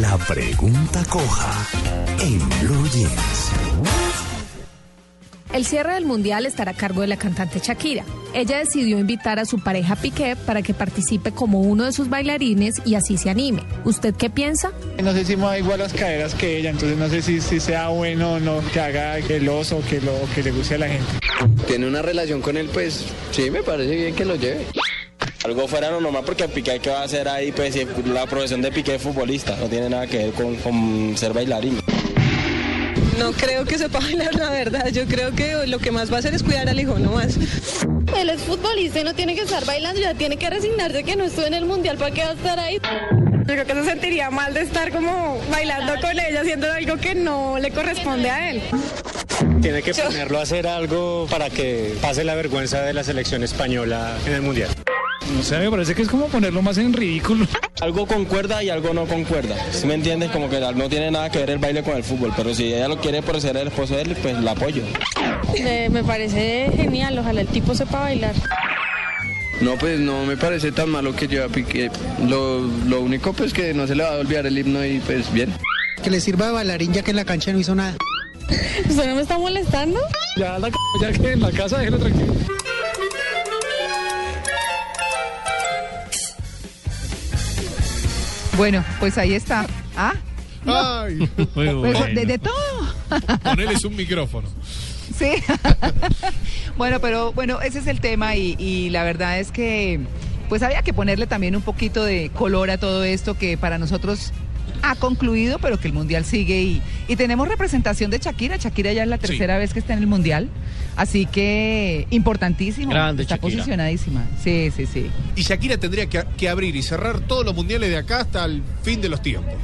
La pregunta coja en Blue Jeans. El cierre del mundial estará a cargo de la cantante Shakira. Ella decidió invitar a su pareja Piqué para que participe como uno de sus bailarines y así se anime. ¿Usted qué piensa? No sé si me da igual las caderas que ella, entonces no sé si, si sea bueno o no que haga el oso que lo que le guste a la gente. tiene una relación con él, pues sí, me parece bien que lo lleve. Algo fuera de lo normal porque Piqué que va a hacer ahí, pues si la profesión de Piqué es futbolista, no tiene nada que ver con, con ser bailarín. No creo que sepa bailar, la verdad. Yo creo que lo que más va a hacer es cuidar al hijo, no más. Él es futbolista y no tiene que estar bailando, ya tiene que resignarse que no estuvo en el mundial para qué va a estar ahí. Yo creo que se sentiría mal de estar como bailando con ella, haciendo algo que no le corresponde a él. Tiene que ponerlo a hacer algo para que pase la vergüenza de la selección española en el Mundial. No sé, me parece que es como ponerlo más en ridículo. Algo concuerda y algo no concuerda. ¿Sí me entiendes? Como que no tiene nada que ver el baile con el fútbol, pero si ella lo quiere por ser el esposo de él, pues la apoyo. Eh, me parece genial, ojalá el tipo sepa bailar. No, pues no me parece tan malo que lleve a Piqué. Lo, lo único pues que no se le va a olvidar el himno y pues bien. Que le sirva de bailarín ya que en la cancha no hizo nada. ¿Usted no me está molestando? Ya la c- ya que en la casa déjelo tranquilo. Bueno, pues ahí está. Ah, Ay, muy pues, bueno. de, de todo. Poneles un micrófono. Sí. bueno, pero bueno, ese es el tema y, y la verdad es que pues había que ponerle también un poquito de color a todo esto que para nosotros ha concluido, pero que el Mundial sigue y, y tenemos representación de Shakira. Shakira ya es la Sí. tercera vez que está en el Mundial, así que importantísimo. Grande está Shakira. posicionadísima. Sí, sí, sí. Y Shakira tendría que, que abrir y cerrar todos los mundiales de acá hasta el fin de los tiempos.